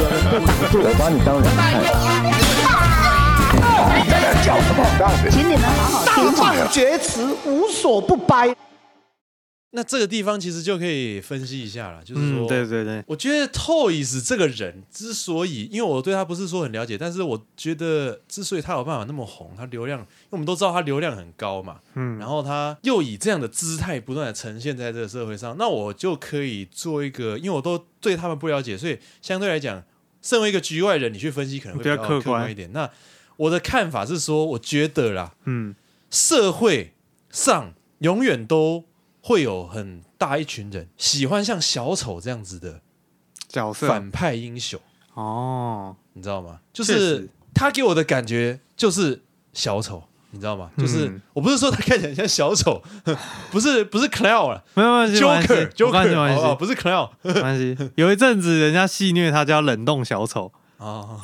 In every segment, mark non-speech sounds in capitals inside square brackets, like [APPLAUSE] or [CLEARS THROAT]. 我把你当人看。请你们好好听话。厥词无所不掰。那这个地方其实就可以分析一下了，就是说，嗯，对对对，我觉得 Toys 这个人之所以，因为我对他不是说很了解，但是我觉得之所以他有办法那么红，他流量，因为我们都知道他流量很高嘛，嗯，然后他又以这样的姿态不断的呈现在这个社会上，那我就可以做一个，因为我都对他们不了解，所以相对来讲，身为一个局外人，你去分析可能会比较较客观观一点。那我的看法是说，我觉得啦，嗯，社会上永远都会有很大一群人喜欢像小丑这样子的角色反派英雄，哦，你知道吗？就确是实他给我的感觉就是小丑，你知道吗？就是、嗯我不是说他看起来像小丑，不是不是 clown 啊没有没有没关，Joker 系没关系 Joker 没关好不好？系不是 clown 没关系，有一阵子人家戏虐他叫冷冻 [LAUGHS] 小丑，啊，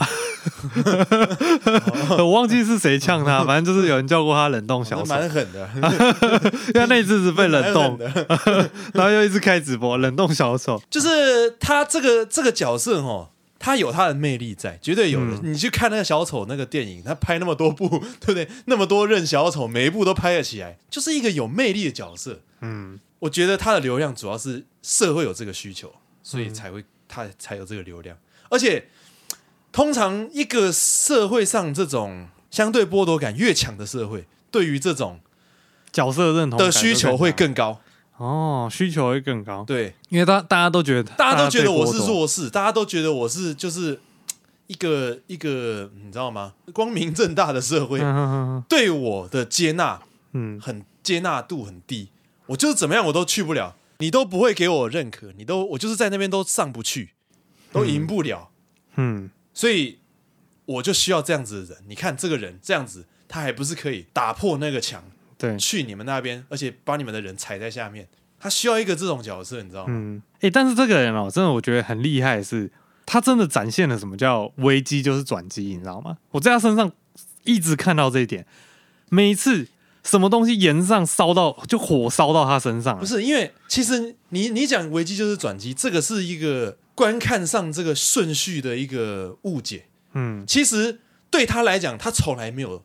我忘记是谁呛他，反正就是有人叫过他冷冻小小丑，蛮狠的，因为那一阵子被冷蛮狠冻，的，然后又一直开直播冷冻小丑，就是他这个这个角色哦。他有他的魅力在，绝对有的。嗯你去看那个小丑那个电影，他拍那么多部， [LAUGHS] 对不对？那么多任小丑，每一部都拍得起来，就是一个有魅力的角色。嗯，我觉得它的流量主要是社会有这个需求，所以才会它才有这个流量。而且，通常一个社会上这种相对剥夺感越强的社会，对于这种角色认同的感就需求会强更高。哦，需求会更高，对，因为大大家都觉得大家都觉得被我剥是夺，弱势，大家都觉得我是就是嘖一个一个，你知道吗？光明正大的社会嗯嗯对我的接纳嗯嗯很接纳度很低，我就是怎么样我都去不了，你都不会给我认可，你都我就是在那边都上不去，都赢不了，嗯，所以我就需要这样子的人。你看这个人这样子，他还不是可以打破那个墙，对，去你们那边，而且把你们的人踩在下面。他需要一个这种角色，你知道吗？嗯，哎、但是这个人哦，真的我觉得很厉害的是，他真的展现了什么叫危机就是转机，你知道吗？我在他身上一直看到这一点，每一次什么东西沿上烧到，就火烧到他身上了，不是，因为其实你你讲危机就是转机，这个是一个观看上这个顺序的一个误解。嗯，其实对他来讲，他从来没有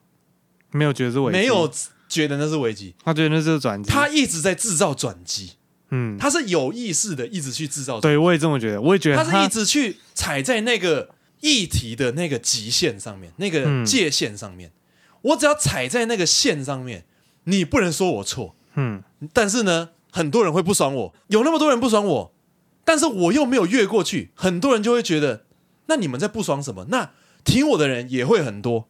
没有觉得是危机，没有觉得那是危机，他觉得那就是转机，他一直在制造转机，嗯，他是有意识的一直去制造转对我也这么觉得，我也觉机，得他是一直去踩在那个议题的那个极限上面，那个嗯界限上面。我只要踩在那个线上面，你不能说我错，嗯但是呢，很多人会不爽我，有那么多人不爽我，但是我又没有越过去，很多人就会觉得，那你们在不爽什么？那挺我的人也会很多，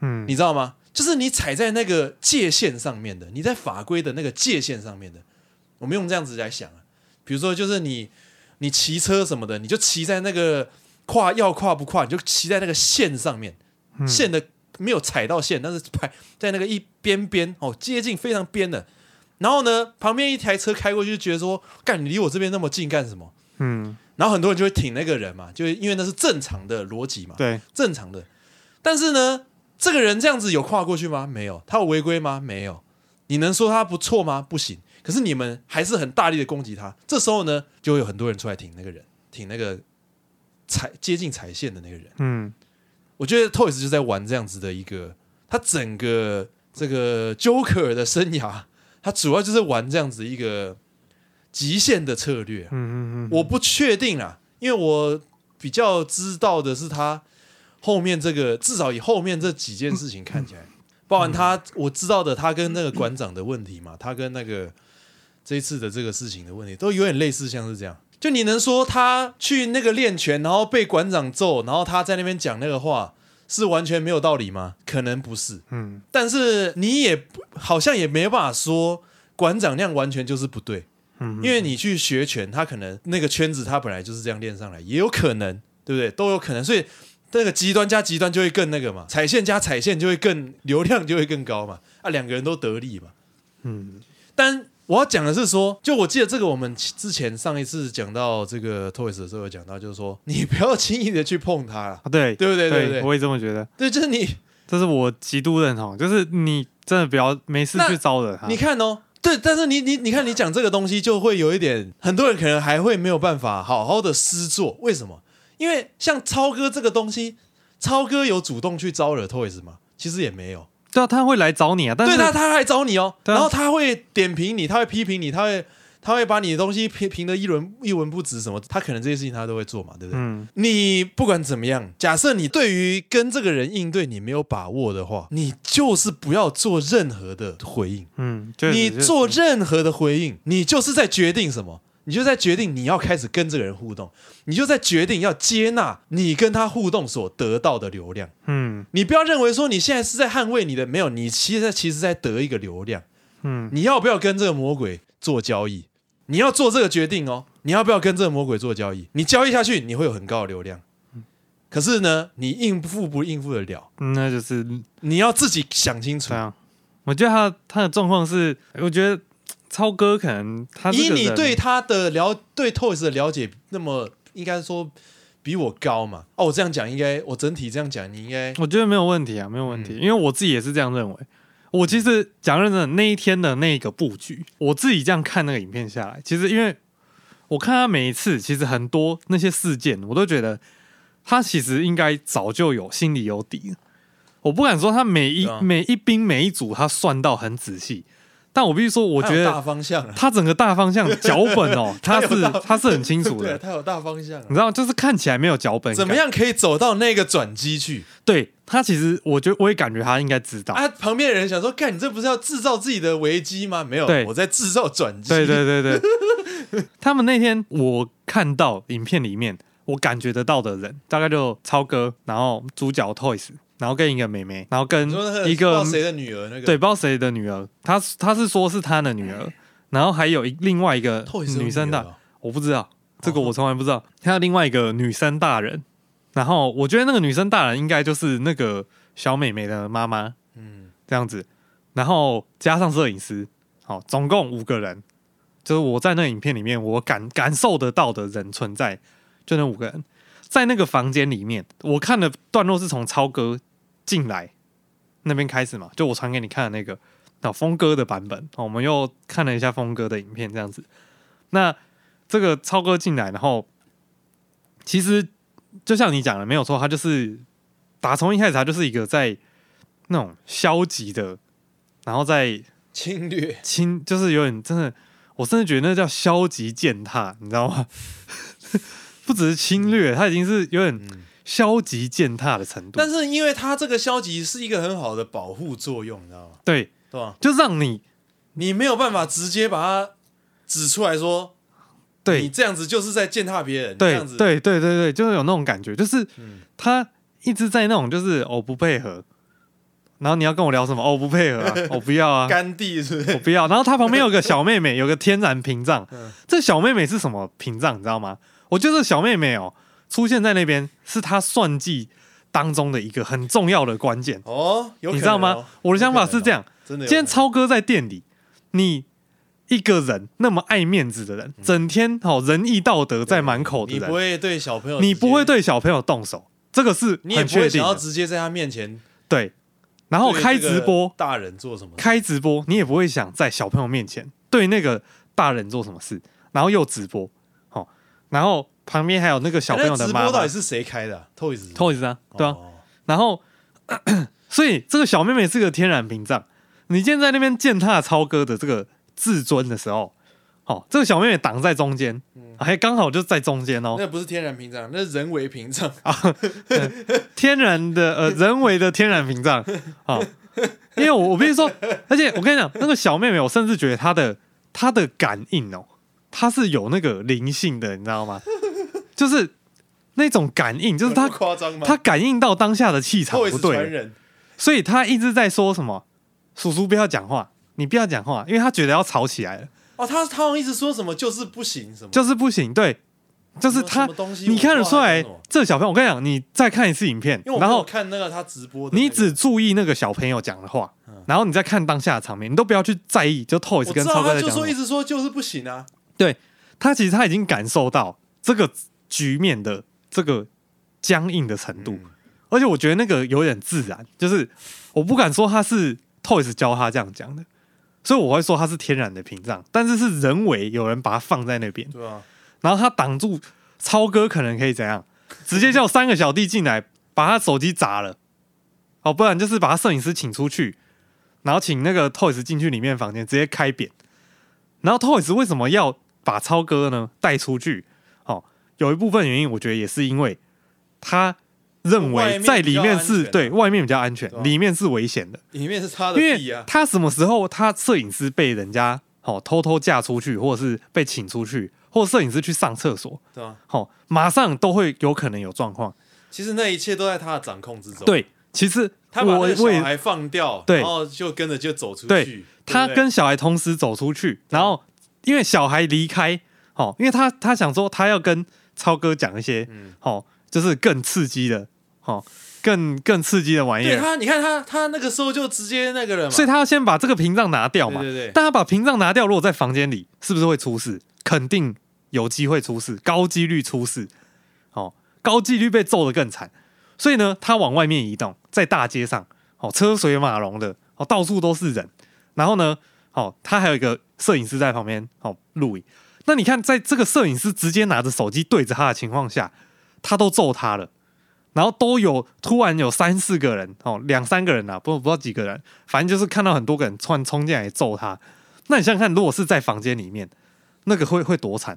嗯你知道吗？就是你踩在那个界限上面的，你在法规的那个界限上面的。我们用这样子来想啊，比如说就是你你骑车什么的，你就骑在那个跨要跨不跨，你就骑在那个线上面，线的没有踩到线，但是排在那个一边边哦，接近非常边的。然后呢，旁边一台车开过去，就觉得说，干你离我这边那么近干什么？嗯，然后很多人就会挺那个人嘛，就是因为那是正常的逻辑嘛。对，正常的。但是呢，这个人这样子有跨过去吗？没有。他有违规吗？没有。你能说他不错吗？不行。可是你们还是很大力的攻击他。这时候呢，就会有很多人出来挺那个人，挺那个踩接近踩线的那个人。嗯我觉得 Toys 就在玩这样子的一个，他整个这个 Joker 的生涯，他主要就是玩这样子一个极限的策略啊、嗯嗯嗯，我不确定啦，因为我比较知道的是他后面这个，至少以后面这几件事情看起来，嗯包含他我知道的他跟那个馆长的问题嘛，他跟那个这一次的这个事情的问题都有点类似，像是这样。就你能说他去那个练拳，然后被馆长揍，然后他在那边讲那个话是完全没有道理吗？可能不是，嗯但是你也不好像也没办法说馆长那样完全就是不对，嗯因为你去学拳，他可能那个圈子他本来就是这样练上来，也有可能，对不对？都有可能，所以那个极端加极端就会更那个嘛，踩线加踩线就会更流量就会更高嘛，啊，两个人都得利嘛。嗯但我要讲的是说，就我记得这个，我们之前上一次讲到这个 Toys 的时候有讲到，就是说你不要轻易的去碰它啦，啊对对不对对对对我也这么觉得，对，就是你这是我极度认同，就是你真的不要没事那去招惹他，你看哦，对，但是你你你看，你讲这个东西就会有一点，很多人可能还会没有办法好好的施作，为什么？因为像超哥这个东西，超哥有主动去招惹 Toys 吗？其实也没有。对啊，他会来找你啊，但对是他，他来找你哦，对啊然后他会点评你，他会批评你，他会他会把你的东西评评的一文一文不值什么，他可能这些事情他都会做嘛，对不对？嗯，你不管怎么样，假设你对于跟这个人应对你没有把握的话，你就是不要做任何的回应。嗯，确实你确实做任何的回应，你就是在决定什么？你就在决定你要开始跟这个人互动，你就在决定要接纳你跟他互动所得到的流量。嗯你不要认为说你现在是在捍卫你的，没有，你其实其实在得一个流量。嗯，你要不要跟这个魔鬼做交易？你要做这个决定哦，你要不要跟这个魔鬼做交易？你交易下去，你会有很高的流量。可是呢，你应付不应付得了？那就是你要自己想清楚这。样。我觉得他他的状况是，我觉得超哥可能他这以个你人对他的了对 Toys 的了解，那么应该说比我高嘛？哦，我这样讲应该，我整体这样讲，你应该我觉得没有问题啊，没有问嗯题，因为我自己也是这样认为。我其实讲认真的，那一天的那个布局，我自己这样看那个影片下来，其实因为我看他每一次，其实很多那些事件，我都觉得他其实应该早就有心里有底了。我不敢说他每一、对啊每一兵每一组他算到很仔细，但我必须说，我我觉大得方向啊，他整个大方向脚 [LAUGHS] 本哦，他有是大他是很清楚 [LAUGHS] 对啊，的，他有大方向啊你，知道，就是看起来没有脚本，怎么？样可以走到那个转机去？对他其实，我觉得我也感觉他应该知道。啊，旁边的人想说，干你这不是要制造自己的危机吗？没有对，我在制造转机。对对对对， [LAUGHS] 他们那天我看到影片里面，我感觉得到的人，大概就超哥，然后主角 Toys，然后跟一个妹妹，然后跟你说那个一个不知道谁的女儿那个对，不知道谁的女儿，她她是说是她的女儿，然后还有一另外一个 Toys 有女生啊女儿的哦，我不知道这个我从来不知道，还有另外一个女生大人，然后我觉得那个女生大人应该就是那个小美眉的妈妈，嗯，这样子，然后加上摄影师，好，总共五个人，就是我在那影片里面我感感受得到的人存在，就那五个人，在那个房间里面，我看的段落是从超哥进来那边开始嘛，就我传给你看的那个，那峰哥的版本，哦我们又看了一下峰哥的影片，这样子，那这个超哥进来，然后其实就像你讲的没有错，他就是打从一开始他就是一个在。那种消极的，然后再侵略，亲，就是有点真的，我甚至觉得那叫消极践踏，你知道吗？ [LAUGHS] 不只是侵略，他已经是有点消极践踏的程度。但是因为他这个消极是一个很好的保护作用，你知道吗？对，对吧？就让你你没有办法直接把它指出来说，你对这样子就是在践踏别人，这对样子，对对对对，就是有那种感觉，就是嗯他一直在那种就是哦不配合，然后你要跟我聊什么哦我不配合啊，我不要啊，甘地是不我是？不要。然后他旁边有个小妹妹，有个天然屏障嗯。这小妹妹是什么屏障？你知道吗？我觉得这小妹妹哦，出现在那边是她算计当中的一个很重要的关键，哦，有可能哦你知道吗？我的想法是这，有样：可能哦真的有可能，今天超哥在店里，你一个人那么爱面子的人，整天好、哦、仁义道德在满口的嗯你不人，会对小朋友直接，你不会对小朋友动手，这个是你也很不确会定想要的。直接在他面前，对，然后对开这个直播，大人做什么？开直播，你也不会想在小朋友面前对那个大人做什么事，然后又直播，哦，然后旁边还有那个小朋友哎那的直妈播到妈底，是谁开的啊？Toys 偷一张，对啊，哦然后 [CLEARS THROAT] 咳咳所以这个小妹妹是个天然屏障，你现在在那边践踏超哥的这个自尊的时候，哦，这个小妹妹挡在中间，嗯还刚好就在中间哦，那不是天然屏障，那是人为屏障。天然的呃人为的天然屏障 [LAUGHS] 啊、哦因为我我必须说，而且我跟你讲，那个小妹妹，我甚至觉得她的她的感应哦，她是有那个灵性的，你知道吗？就是那种感应， [LAUGHS] 就是她 [LAUGHS] 有那么夸张吗？她感应到当下的气场后不是对传了，人，所以她一直在说什么“叔叔不要讲话，你不要讲话”，因为她觉得要吵起来了，哦，他他好像一直说什么就是不行什么，就是不行，对，就是什她么东，西你看得出我来不知道她在说什么这个小朋友，我跟你讲，你再看一次影片因为我，没然有后看那个他直播的那个，你只注意那个小朋友讲的话，嗯然后你再看当下的场面，你都不要去在意，就 Toys 我知跟超道哥他在就讲什说么一。直说就是不行啊，对他其实他已经感受到这个局面的这个僵硬的程度，嗯而且我觉得那个有点自然，就是我不敢说他是 Toys 教他这样讲的，所以我会说他是天然的屏障，但是是人为有人把它放在那边，对啊，然后他挡住超哥可能可以怎样？直接叫三个小弟进来，把他手机砸了，哦，不然就是把他摄影师请出去，然后请那个 Toys 进去里面房间直接开扁。然后 Toys 为什么要把超哥呢带出去？哦，有一部分原因我觉得也是因为他认外为面在比里较面安是全啊对外面比较安全对，啊里面是危险的。里面是他的因屁为啊，他什么时候他摄影师被人家哦偷偷嫁出去，或者是被请出去，或摄影师去上厕所，对吧？哦，马上都会有可能有状况。其实那一切都在他的掌控之中。，对，其实他把我那个我小也孩放掉，对然后就跟着就走出去。对对不对，他跟小孩同时走出去，然后因为小孩离开，哦，因为他他想说他要跟超哥讲一些，嗯哦，就是更刺激的，哦，更更刺激的玩意对儿。他，你看他，他那个时候就直接那个人嘛，哎所以他要先把这个屏障拿掉嘛。对对对但他把屏障拿掉，如果在房间里，是不是会出事？肯定有机会出事，高几率出事。哦，高几率被揍得更惨。所以呢，他往外面移动，在大街上，哦，车水马龙的，哦，到处都是人。然后呢，哦，他还有一个摄影师在旁边，哦，录影。那你看，在这个摄影师直接拿着手机对着他的情况下，他都揍他了。然后都有突然有三四个人哦，两三个人啊，不不知道几个人，反正就是看到很多个人突然冲进来揍他。那你想想看，如果是在房间里面，那个会会多惨？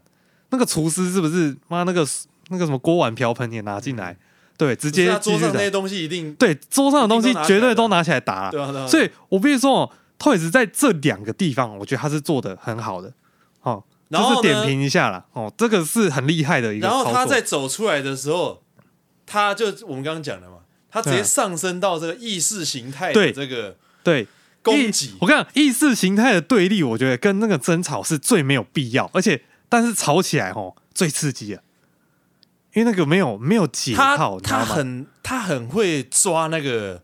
那个厨师是不是妈那个那个什么锅碗瓢盆也拿进嗯来？对，直直接接他啊桌继续上那打些东西一定对，桌上的东西一定都拿起来绝对都拿起来打了。对啊对啊所以我必须说哦，Toys 在这两个地方，我觉得他是做的很好的。哦，然后就呢是点评一下啦。哦，这个是很厉害的一个然操后作。他在走出来的时候，他就我们刚刚讲的嘛，他直接对上升到这个意识形态对的这个对攻击意我跟你讲，意识形态的对立，我觉得跟那个争吵是最没有必要，而且但是吵起来吼最刺激了，因为那个没有没有解他套，你知他道吗？很他很会抓那个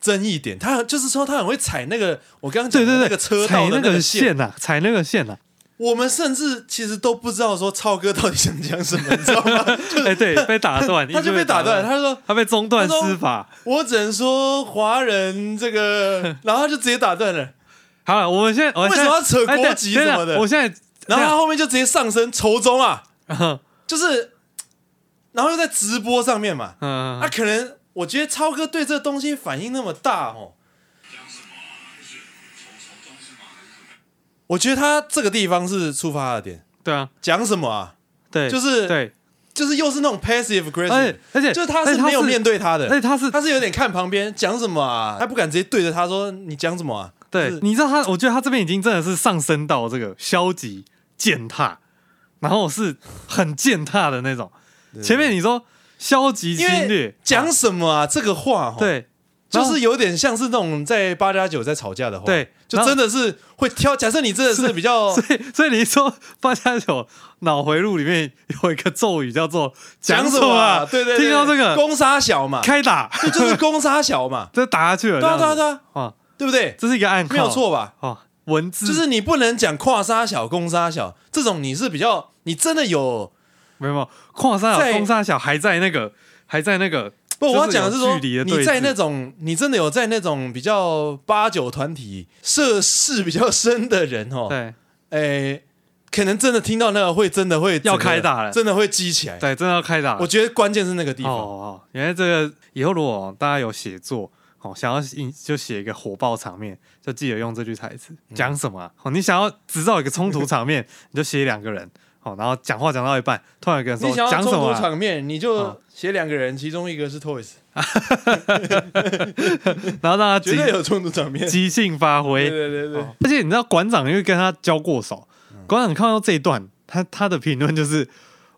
争议点，他就是说他很会踩那个我刚刚讲对的对对，那个车踩道的那个个。呐、啊，踩那个线呐、啊。我们甚至其实都不知道说超哥到底想讲什么，你知道 [LAUGHS] 吗？就哎、对，被打断，他就被打断，他他说他被中断他说施法。我只能说华人这 [LAUGHS] 个，然后他就直接打断了，好了，我们现在哎我为什么要扯国籍什么的啊我现在，嗯然后他后面就直接上升仇中啊，等一下就是，然后又在直播上面嘛，嗯啊，可能我觉得超哥对这东西反应那么大哦，我觉得他这个地方是触发的点，对啊，讲什么啊？对，就是对，就是又是那种 passive 而 aggressive，且哎而且就是他而是且没有面对他的，而且哎他是他是有点看旁边讲什么啊，他不敢直接对着他说你讲什么啊？对就是，你知道他，我觉得他这边已经真的是上升到这个消极践踏，然后是很践踏的那种。前面你说消极因侵为略，讲什么啊？这个话哦，，对，然就后是有点像是那种在八加九在吵架的话，对就然后真的是会挑。假设你真的是比较所以所以你说八加九脑回路里面有一个咒语叫做什什么啊？啊？对对，对听到这个攻杀小嘛，开打，，这就是攻杀小嘛 [LAUGHS] 这打下去了，对啊这样子对啊对哇，对不对？这是一个暗号，没有错吧？哦，文字就是你不能讲跨杀小、攻杀小这种，你是比较你真的有没有没有跨沙在小攻沙小还在那个还在那个，不，就是我要讲的是有说，距离的你对在峙那种你真的有在那种比较八九团体涉世比较深的人哦，对哎，可能真的听到那个会真的会要整个开打了真的会激起来。对，真的要开打了哎我。觉得关键是那个地哦方，哦，原来这个以后如果大家有写作哦，想要引就写一个火爆场面，就记得用这句台词。嗯讲什么、啊？哦，你想要制造一个冲突场面，你就写两个人哦，然后讲话讲到一半，突然有一个人说 [LAUGHS] 你想要讲什冲么突啊、场面，你就写两个人，其中一个是 Toys，然后让他绝即对有冲突场面。即兴发挥。对对对对， [LAUGHS] 而且你知道馆长因为跟他交过手，嗯馆长看到这一段，他他的评论就是：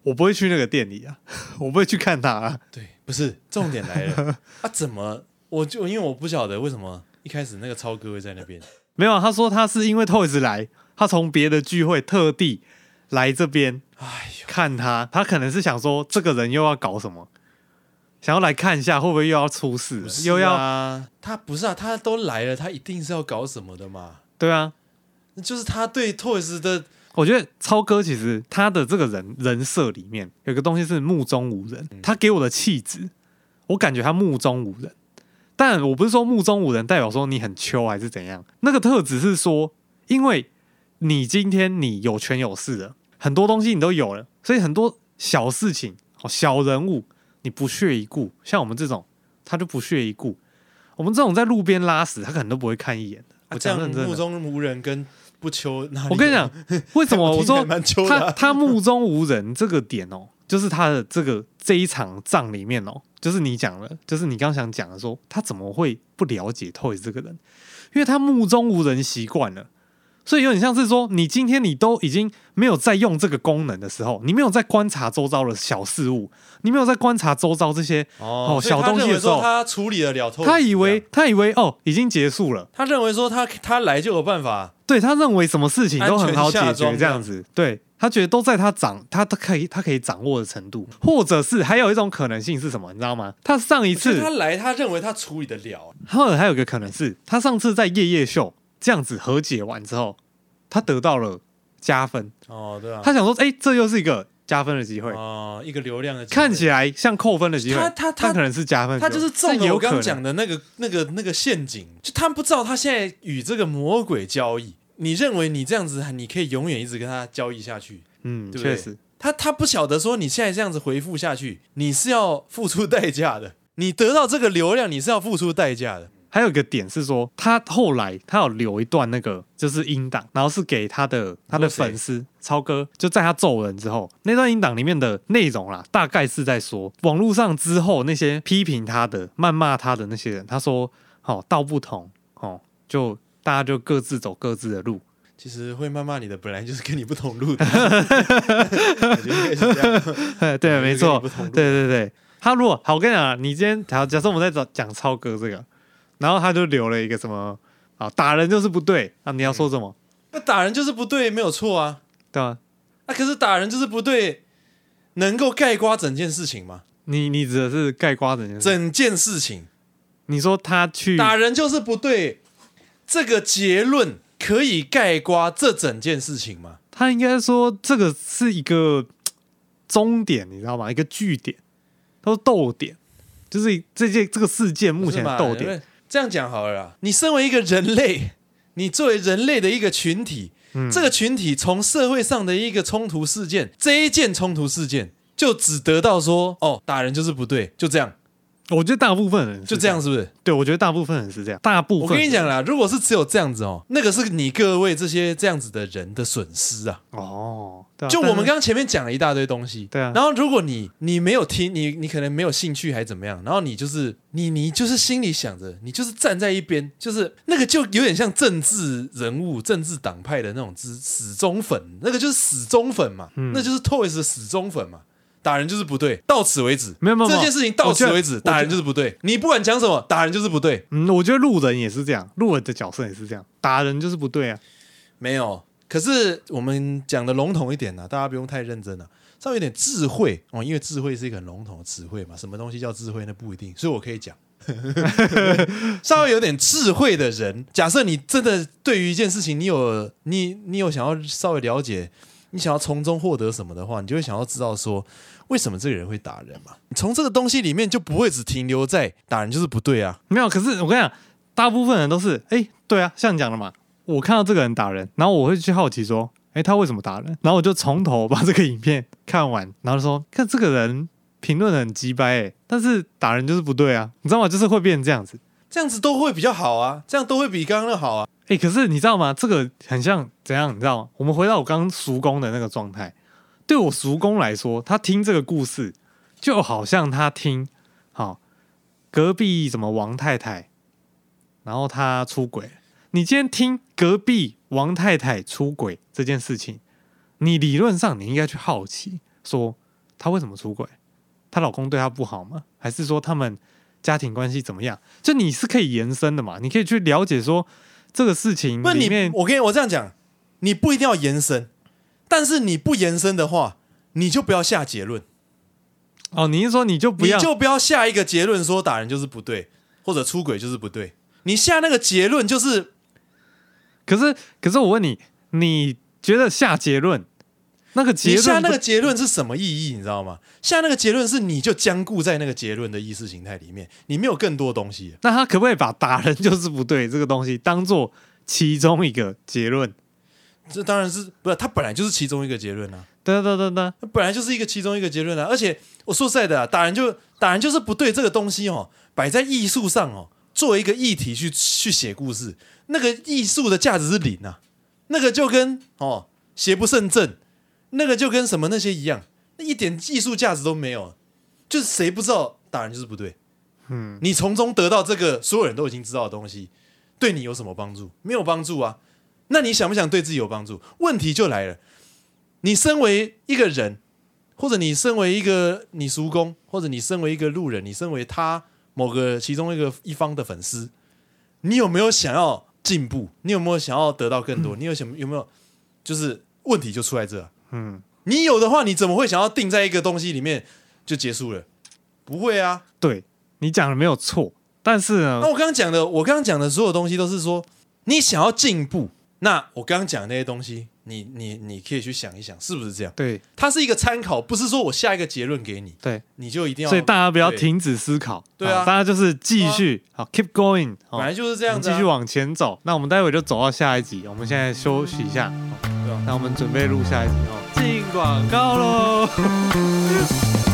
我不会去那个店里啊， [LAUGHS] 我不会去看他、啊。对，不是重点来 [LAUGHS] 了，啊，怎么我就因为我不晓得为什么一开始那个超哥会在那 [LAUGHS] 边，没有啊，他说他是因为 Toys 来，他从别的聚会特地来这边哎呦，看他，他可能是想说这个人又要搞什么，想要来看一下会不会又要出事了，又要啊，他不是啊，他都来了，他一定是要搞什么的嘛，对啊。那就是他对 Toys 的我觉得超哥其实他的这个人人设里面有个东西是目中无人，他给我的气质，我感觉他目中无人。但我不是说目中无人代表说你很秋啊还是怎样，那个特质是说，因为你今天你有权有势了，很多东西你都有了，所以很多小事情、哦小人物你不屑一顾。像我们这种，他就不屑一顾。我们这种在路边拉屎，他可能都不会看一眼的。我我啊这讲样认真目的，中无人跟不求，哪里 [LAUGHS] 我跟你讲，为 [LAUGHS] 什么我我听起来说蛮秋的啊他他目中无人这个点哦，就是他的这个这一场仗里面哦，就是你讲了，就是你刚想讲的说，他怎么会不了解 Toys 这个人？因为他目中无人习惯了，所以有点像是说，你今天你都已经没有在用这个功能的时候，你没有在观察周遭的小事物，你没有在观察周遭这些哦哦小东西的时所以他认为说候，他处理得了透，他以为他以为哦已经结束了。他认为说他他来就有办法，对他认为什么事情都很好解安全下决装这样子，对他觉得都在他掌他他可以他可以掌握的程度，或者是还有一种可能性是什么，你知道吗？他上一是次他，来他认为他处理得了，或者还有一个可能是他上次在夜夜秀这样子和解完之后，他得到了加分，哦，对啊，他想说，哎、这又是一个加分的机会，哦一个流量的机会看起来像扣分的机会，他他他可能是加分的他就机会，是中但了有我可刚能讲的那个那个那个陷阱，就他不知道他现在与这个魔鬼交易。你认为你这样子，你可以永远一直跟他交易下去，嗯，对不对确实，他他不晓得说你现在这样子回复下去，你是要付出代价的。你得到这个流量，你是要付出代价的。还有一个点是说，他后来他有留一段那个就是音档，然后是给他的他的粉丝超哥，就在他揍人之后，那段音档里面的内容啦，大概是在说网络上之后那些批评他的、谩骂他的那些人，他说：“哦，道不同，哦，就大家就各自走各自的路。 [LAUGHS] 其实会谩骂你的，本来就是跟你不同路的。我觉得应该是这样。”对，没错，不同路对对对。他如果好，我跟你讲啊，你今天好，假设我们在讲讲超哥这个，然后他就留了一个什么啊，打人就是不对啊，你要说什么？那打人就是不对，没有错啊。对吧？那、可是打人就是不对，能够盖瓜整件事情吗？你你指的是盖瓜整件事？整件事情，你说他去打人就是不对，这个结论可以盖瓜这整件事情吗？他应该说这个是一个嘖终点，你知道吗？一个据点，都是逗点，就是这件这个事件目前不是的嘛逗。因点。为这样讲好了啦，你身为一个人类，你作为人类的一个群体，嗯这个群体从社会上的一个冲突事件，这一件冲突事件。就只得到说哦，打人就是不对，就这样，我觉得大部分人是就这样，，是不是？对我觉得大部分人是这样，大部我分跟你讲啦，如果是只有这样子哦，那个是你各位这些这样子的人的损失啊。哦，对啊就我们但是刚刚前面讲了一大堆东西，对啊然后如果你你没有听，你你可能没有兴趣还怎么样，然后你就是你你就是心里想着，你就是站在一边，就是那个就有点像政治人物、政治党派的那种之死忠粉，那个就是死忠粉嘛，嗯那就是 Toys 的死忠粉嘛。打人就是不对，到此为止。没有没有没这有件事情到此我觉得为止，我觉得打人就是不对。你不管讲什么，打人就是不对。嗯，我觉得路人也是这样，路人的角色也是这样，打人就是不对啊。没有，可是我们讲的笼统一点呢、啊大家不用太认真了、稍微有点智慧哦，因为智慧是一个很笼统的词汇嘛，什么东西叫智慧那不一定，所以我可以讲。稍微有点智慧的人，假设你真的对于一件事情，你有你你有想要稍微了解，你想要从中获得什么的话，你就会想要知道说，为什么这个人会打人嘛？你从这个东西里面就不会只停留在打人就是不对啊，没有，可是我跟你讲，大部分人都是，哎、对啊，像你讲的嘛，我看到这个人打人，然后我会去好奇说，哎、他为什么打人？然后我就从头把这个影片看完，然后就说，看这个人评论得很鸡掰、欸，但是打人就是不对啊，你知道吗？就是会变成这样子。这样子都会比较好啊，这样都会比刚刚的好啊。哎、可是你知道吗？这个很像怎样？你知道吗？我们回到我刚刚叔公的那个状态，对我叔公来说，他听这个故事，就好像他听好、隔壁什么王太太，然后他出轨。你今天听隔壁王太太出轨这件事情，你理论上你应该去好奇，说她为什么出轨？她老公对她不好吗？还是说他们家庭关系怎么样？就你是可以延伸的嘛，你可以去了解说这个事情不是里你面，我跟你我这样讲，你不一定要延伸，但是你不延伸的话，你就不要下结论，哦，你是说你就不要你就不要下一个结论说打人就是不对，或者出轨就是不对。你下那个结论就是可是，可是我问你，你觉得下结论那个结你论下那不个结论是什么意义，你知道吗？下那个结论是你就僵固在那个结论的意识形态里面，你没有更多东西了。那他可不可以把打人就是不对这个东西当做其中一个结论？这当然是不是？它本来就是其中一个结论啊。哒哒哒哒，本来就是一个其中一个结论啊。而且我说实在的、啊，打人就打人就是不对这个东西哦，摆在艺术上哦，作为一个议题去去写故事，那个艺术的价值是零啊，那个就跟哦邪不胜正，那个就跟什么那些一样，那一点艺术价值都没有。啊就是谁不知道打人就是不对，嗯，你从中得到这个所有人都已经知道的东西，对你有什么帮助？没有帮助啊。那你想不想对自己有帮助？问题就来了，你身为一个人，或者你身为一个你叔公，或者你身为一个路人，你身为他某个其中一个一方的粉丝，你有没有想要进步？你有没有想要得到更多？你有什么有没有？就是问题就出在这啊、嗯，你有的话，你怎么会想要定在一个东西里面就结束了？不会啊。对你讲的没有错，但是呢那，我刚刚讲的，我刚刚讲的所有东西都是说，你想要进步，那我刚刚讲的那些东西，你你你可以去想一想，是不是这样？对它是一个参考，不是说我下一个结论给你，对，你就一定要。所以大家不要对，停止思考，对啊好大家就是继续好，keep going，好本来就是这这样子、继啊。续往前走。那我们待会就走到下一集，我们现在休息一下，好对啊那我们准备录下一集哦，进广告喽。